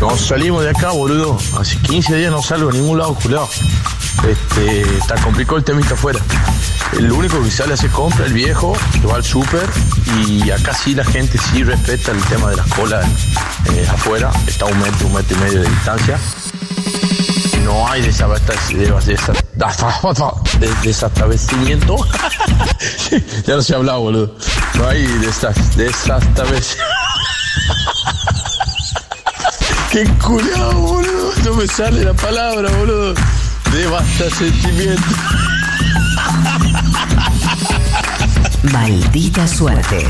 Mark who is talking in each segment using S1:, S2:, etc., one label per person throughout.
S1: No salimos de acá, boludo. Hace 15 días no salgo a ningún lado, culado. Este, está complicado el temita afuera. El único que sale hace compra, el viejo, que va al súper. Y acá sí la gente sí respeta el tema de las colas eh, afuera. Está a un metro, un metro y medio de distancia. No hay desabastecimiento. ya no se ha hablado, boludo. No hay desabastecimiento. ¡Qué curado, boludo! No me sale la palabra, boludo. Devasta sentimiento.
S2: Maldita suerte.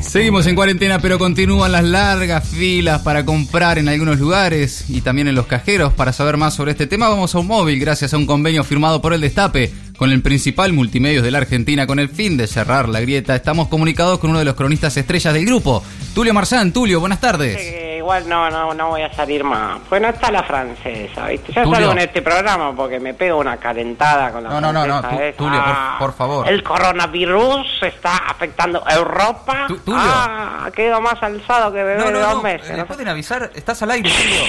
S3: Seguimos en cuarentena, pero continúan las largas filas para comprar en algunos lugares y también en los cajeros. Para saber más sobre este tema, vamos a un móvil gracias a un convenio firmado por el Destape con el principal multimedios de la Argentina con el fin de cerrar la grieta. Estamos comunicados con uno de los cronistas estrellas del grupo, Tulio Marzán. Tulio, buenas tardes.
S4: Eh, igual no, no, no voy a salir más. Pues no está la francesa, ¿viste? Yo
S3: Tulio.
S4: salgo en este programa porque me pego una calentada con la
S3: No, no, no, no,
S4: francesa
S3: Tu-
S4: esa.
S3: Tulio, por-
S4: Ah,
S3: por favor.
S4: El coronavirus está afectando a Europa.
S3: Tu- Tulio.
S4: Ah, quedo más alzado que bebé
S3: No,
S4: de
S3: no,
S4: dos
S3: no.
S4: meses.
S3: eh,
S4: ¿no?
S3: pueden avisar, estás al aire, Tulio.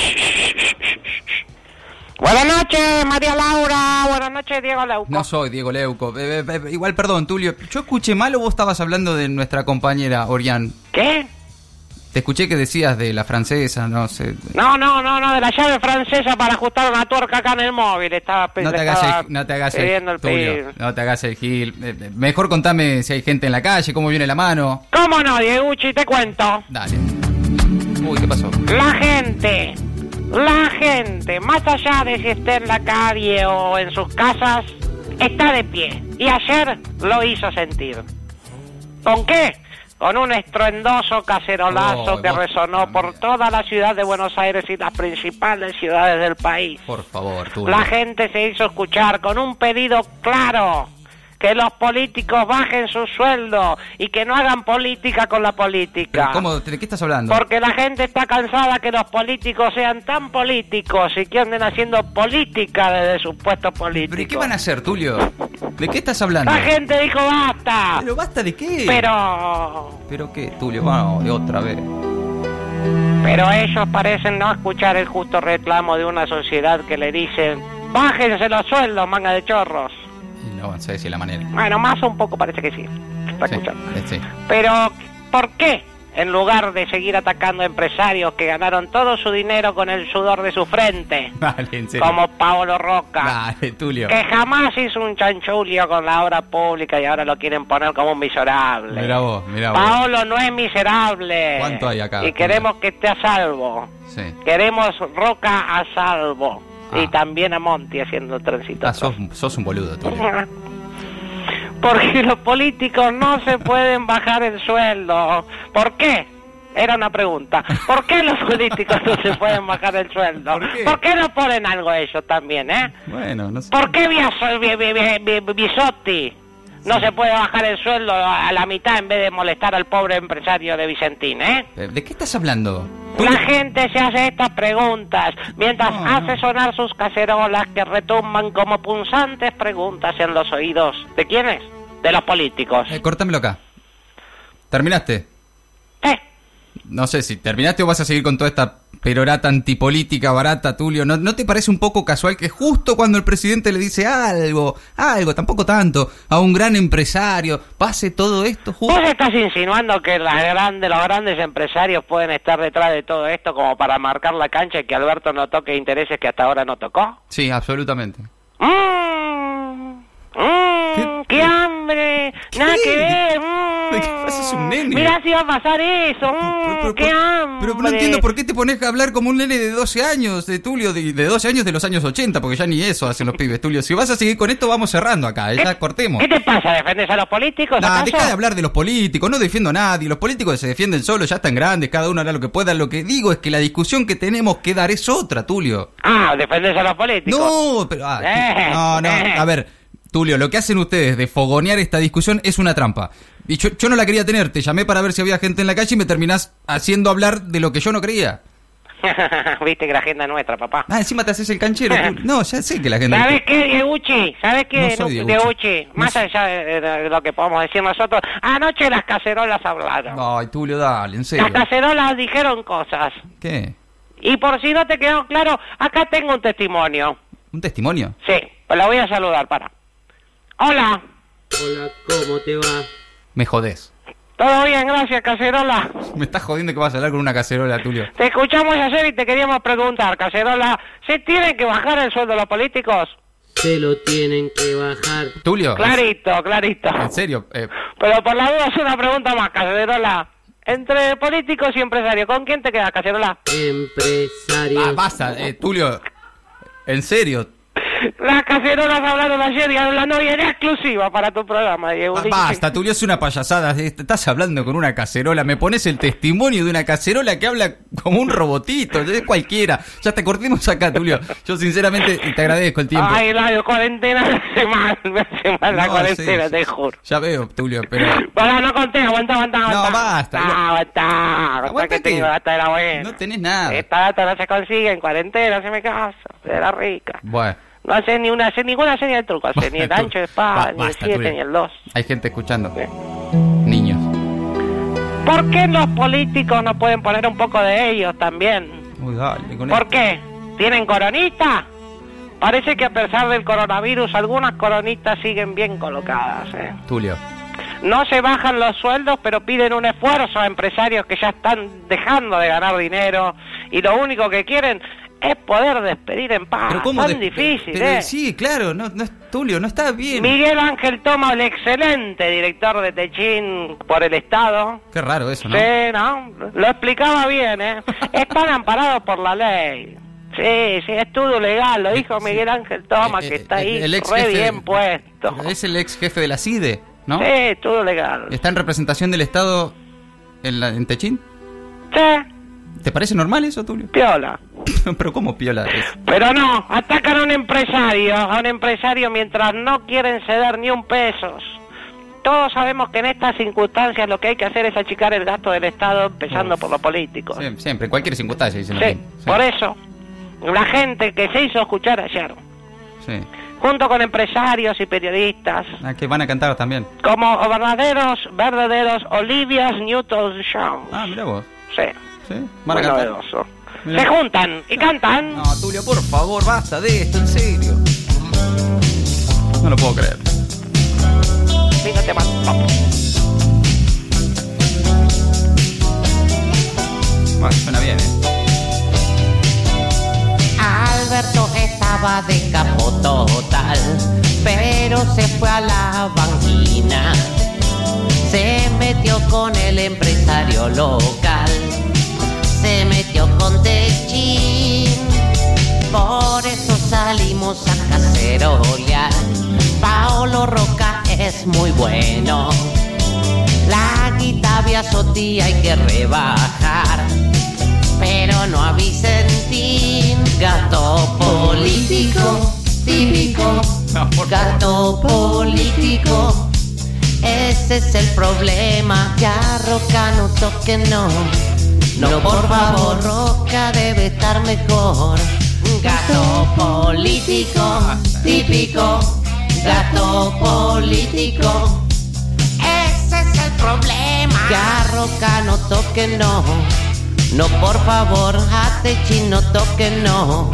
S4: Buenas noches, María Laura. Buenas noches, Diego Leuco.
S3: No soy Diego Leuco. Eh, eh, eh, igual, perdón, Tulio. Yo escuché mal o vos estabas hablando de nuestra compañera Orián.
S4: ¿Qué?
S3: Te escuché que decías de la francesa, no sé.
S4: No, no, no, no, de la llave francesa para ajustar una tuerca acá en el móvil. Estaba, pe-
S3: No te
S4: le
S3: hagas
S4: estaba
S3: el, no te hagas el-
S4: pidiendo el
S3: Tulio,
S4: pedido.
S3: no te hagas el gil. Eh, eh, Mejor contame si hay gente en la calle, cómo viene la mano.
S4: ¿Cómo no, Dieguchi? Te cuento.
S3: Dale. Uy, ¿qué pasó?
S4: La gente, la gente, más allá de si esté en la calle o en sus casas, está de pie. Y ayer lo hizo sentir. ¿Con qué? Con un estruendoso cacerolazo
S3: Oh,
S4: que
S3: vos-
S4: resonó por toda la ciudad de Buenos Aires y las principales ciudades del país.
S3: Por favor, Tulio.
S4: La gente se hizo escuchar con un pedido claro. Que los políticos bajen su sueldo y que no hagan política con la
S3: Pero,
S4: política.
S3: ¿Cómo? ¿De qué estás hablando?
S4: Porque la gente está cansada que los políticos sean tan políticos y que anden haciendo política desde sus puestos
S3: ¿Pero y
S4: políticos.
S3: qué van a hacer, Tulio? ¿De qué estás hablando?
S4: La gente dijo basta.
S3: ¿Pero basta de qué?
S4: Pero
S3: ¿Pero qué, Tulio? Bueno, de otra vez.
S4: pero ellos parecen no escuchar el justo reclamo de una sociedad que le dicen, "Bájense los sueldos, manga de chorros."
S3: Y No, no sé si es la manera.
S4: Bueno, más un poco parece que sí. Está
S3: Sí,
S4: escuchando.
S3: eh, sí.
S4: Pero, ¿por qué? En lugar de seguir atacando empresarios que ganaron todo su dinero con el sudor de su frente,
S3: Dale, en serio.
S4: como Paolo Roca.
S3: Dale, Tulio.
S4: Que jamás hizo un chanchulio con la obra pública y ahora lo quieren poner como un miserable.
S3: Mirá vos, mirá vos.
S4: Paolo no es miserable.
S3: ¿Cuánto hay acá?
S4: Y queremos que esté a salvo.
S3: Sí.
S4: Queremos Roca a salvo.
S3: Ah.
S4: Y también a Monti haciendo tránsito.
S3: Ah, sos, sos un boludo, Tulio.
S4: Porque los políticos no se pueden bajar el sueldo. ¿Por qué? Era una pregunta. ¿Por qué los políticos no se pueden bajar el sueldo?
S3: ¿Por qué?
S4: ¿Por qué no ponen algo ellos también, eh?
S3: Bueno, no sé.
S4: ¿Por qué Bias- Bi- Bi- Bi- Bi- Bisotti no se puede bajar el sueldo a la mitad en vez de molestar al pobre empresario de Vicentín, eh?
S3: Eh, ¿De qué estás hablando?
S4: La gente se hace estas preguntas mientras
S3: No,
S4: hace
S3: no.
S4: sonar sus cacerolas que retumban como punzantes preguntas en los oídos. ¿De quiénes? De los políticos.
S3: Eh, córtamelo acá. ¿Terminaste?
S4: Eh,
S3: No sé si terminaste o vas a seguir con toda esta perorata antipolítica barata, Tulio. ¿No, ¿No te parece un poco casual que justo cuando el presidente le dice algo, algo, tampoco tanto, a un gran empresario, pase todo esto
S4: ¿Vos
S3: justo?
S4: estás insinuando que las grandes, los grandes empresarios pueden estar detrás de todo esto como para marcar la cancha y que Alberto no toque intereses que hasta ahora no tocó?
S3: Sí, absolutamente.
S4: Mmm, mmm, qué hambre, nada
S3: ¿Qué?
S4: que ver. Mmm.
S3: ¿De qué haces un nene?
S4: Mirá si va a pasar eso. Mmm,
S3: Pero- pero-
S4: qué
S3: pero-
S4: hambre.
S3: Pero no entiendo por qué te pones a hablar como un nene de 12 años, de Tulio, de, de 12 años de los años 80, porque ya ni eso hacen los pibes, Tulio. Si vas a seguir con esto, vamos cerrando acá, eh, ya cortemos.
S4: ¿Qué te pasa? ¿Defendes a los políticos?
S3: Nah,
S4: acaso?
S3: deja de hablar de los políticos, no defiendo a nadie, los políticos se defienden solos, ya están grandes, cada uno hará lo que pueda, lo que digo es que la discusión que tenemos que dar es otra, Tulio.
S4: Ah, ¿defendes a los políticos?
S3: No, pero... ah,
S4: Eh,
S3: no, no,
S4: eh.
S3: a ver, Tulio, lo que hacen ustedes de fogonear esta discusión es una trampa. Y yo, yo no la quería tener, te llamé para ver si había gente en la calle y me terminás haciendo hablar de lo que yo no creía.
S4: Viste que la agenda es nuestra, papá.
S3: Ah, encima te haces el canchero. tú. No, ya sé que la gente.
S4: ¿Sabes qué, Dieguchi? ¿Sabes qué,
S3: No soy
S4: Nu-
S3: Dieguchi.
S4: Dieguchi?
S3: No
S4: Más
S3: soy-
S4: allá de, de lo que podamos decir nosotros, anoche las cacerolas hablaron.
S3: Ay, Tulio, dale, en
S4: Las
S3: serio.
S4: cacerolas dijeron cosas.
S3: ¿Qué?
S4: Y por si no te quedó claro, acá tengo un testimonio.
S3: ¿Un testimonio?
S4: Sí, pues la voy a saludar, para. Hola,
S2: Hola, ¿cómo te va?
S3: Me jodés.
S4: ¿todo bien? Gracias, cacerola.
S3: Me estás jodiendo que vas a hablar con una cacerola, Tulio.
S4: Te escuchamos ayer y te queríamos preguntar, cacerola, ¿se tienen que bajar el sueldo los políticos?
S3: Ah,
S2: Se lo tienen que bajar.
S3: Tulio,
S4: Clarito, clarito.
S3: en serio. eh,
S4: Pero por la duda es una pregunta más, cacerola. Entre políticos y empresarios, ¿con quién te quedas, cacerola?
S2: Empresarios.
S3: ah, basta, eh, Tulio. En serio.
S4: Las cacerolas hablaron ayer y hablan hoy en exclusiva para tu programa, Diego.
S3: Ah, Basta, Tulio, es una payasada. eh, Estás hablando con una cacerola. Me pones el testimonio de una cacerola que habla como un robotito. Es cualquiera. Ya te cortemos acá, Tulio. Yo, sinceramente, te agradezco el tiempo.
S4: Ay, la cuarentena me hace mal, me hace mal la
S3: No,
S4: cuarentena,
S3: sí,
S4: te
S3: sí.
S4: juro.
S3: Ya veo, Tulio, pero.
S4: Pará, no conté, aguantá, aguantá, aguantá.
S3: basta.
S4: Aguantá, aguantá, aguantá
S3: Aguantá
S4: Ah, que
S3: que
S4: tengo data de la buena.
S3: no tenés nada.
S4: Esta data no se consigue en cuarentena, se me casa, de la rica.
S3: Bueno.
S4: No hace ni una, hace ninguna seña de truco, hace ni el
S3: Basta,
S4: ancho de espada,
S3: ba-
S4: ni el
S3: basta, eh.
S4: 7,
S3: Tulio.
S4: ni el 2.
S3: Hay gente escuchando. Niños.
S4: ¿Por qué los políticos no pueden poner un poco de ellos también?
S3: Uy, dale, con
S4: ¿Por qué? ¿Tienen coronita? Parece que a pesar del coronavirus, algunas coronitas siguen bien colocadas. ¿eh?
S3: el- Tulio.
S4: No se bajan los sueldos, pero piden un esfuerzo a empresarios que ya están dejando de ganar dinero y lo único que quieren es poder despedir en paz. Ah, Tan
S3: de-
S4: difícil,
S3: pero-
S4: ¿eh?
S3: Sí, claro, no, no es Tulio, no está bien.
S4: Miguel Ángel Toma, el excelente director de Techín por el Estado,
S3: Qué raro eso, ¿no?
S4: Sí, no, lo explicaba bien, ¿eh? Están amparados por la ley. Sí, sí, es todo legal, lo dijo
S3: Sí.
S4: Miguel Ángel Toma,
S3: Eh, eh,
S4: que está ahí
S3: el- el ex
S4: re
S3: jefe-
S4: bien puesto.
S3: Es el ex jefe de la CIDE, E, ¿no?
S4: Sí, todo legal.
S3: Está en representación del Estado en, la- en Techín.
S4: Sí,
S3: ¿Te parece normal eso, Tulio?
S4: piola.
S3: pero ¿cómo piola es?
S4: Pero no, atacan a un empresario, a un empresario mientras no quieren ceder ni un peso. Todos sabemos que en estas circunstancias lo que hay que hacer es achicar el gasto del Estado, empezando por los políticos.
S3: Siem- Siempre, en cualquier circunstancia, dicen. lo
S4: sí,
S3: mismo. Sí,
S4: por eso, la gente que se hizo escuchar ayer.
S3: sí.
S4: junto con empresarios y periodistas,
S3: Ah, que van a cantar también.
S4: como verdaderos, verdaderos Olivia Newton-John.
S3: Ah, mira vos.
S4: Sí,
S3: Sí, van
S4: muy
S3: a cantar.
S4: novedoso.
S3: Mirá.
S4: Se juntan y cantan.
S3: No, Tulio, por favor, basta de esto, en serio. No lo puedo creer.
S4: Fíjate más.
S3: Bueno, suena bien, ¿eh?
S5: Alberto estaba de capo total, pero se fue a la banquina. Se metió con el empresario local, se metió con Techín. Por eso salimos a cacerolear. Paolo Roca es muy bueno. La guitarra sotía hay que rebajar pero no a Vicentín. Gato político, típico,
S3: No, por favor.
S5: gato político. Ese es el problema, ya Roca no toque no. No, por favor, Roca debe estar mejor. Gato político, típico, gato político. Ese es el problema. Ya Roca no toque no. No por favor, a Techi no toque no.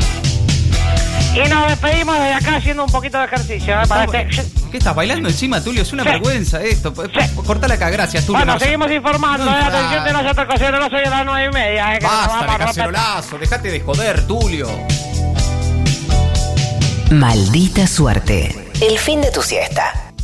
S4: Y nos despedimos de acá haciendo un poquito de ejercicio. ¿eh? Para este-
S3: ¿Qué estás bailando encima, Tulio? Es una
S4: Sí.
S3: vergüenza esto. P- p- Cortala acá, gracias, Tulio.
S4: Bueno,
S3: No,
S4: seguimos informando.
S3: No
S4: ¿eh?
S3: entra.
S4: Atención de nosotros, cacerolas, hoy a las nueve y media. ¿eh? Que nos
S3: Basta
S4: vamos
S3: de
S4: a romper.
S3: cacerolazo, dejate de joder, Tulio.
S6: Maldita suerte. El fin de tu siesta.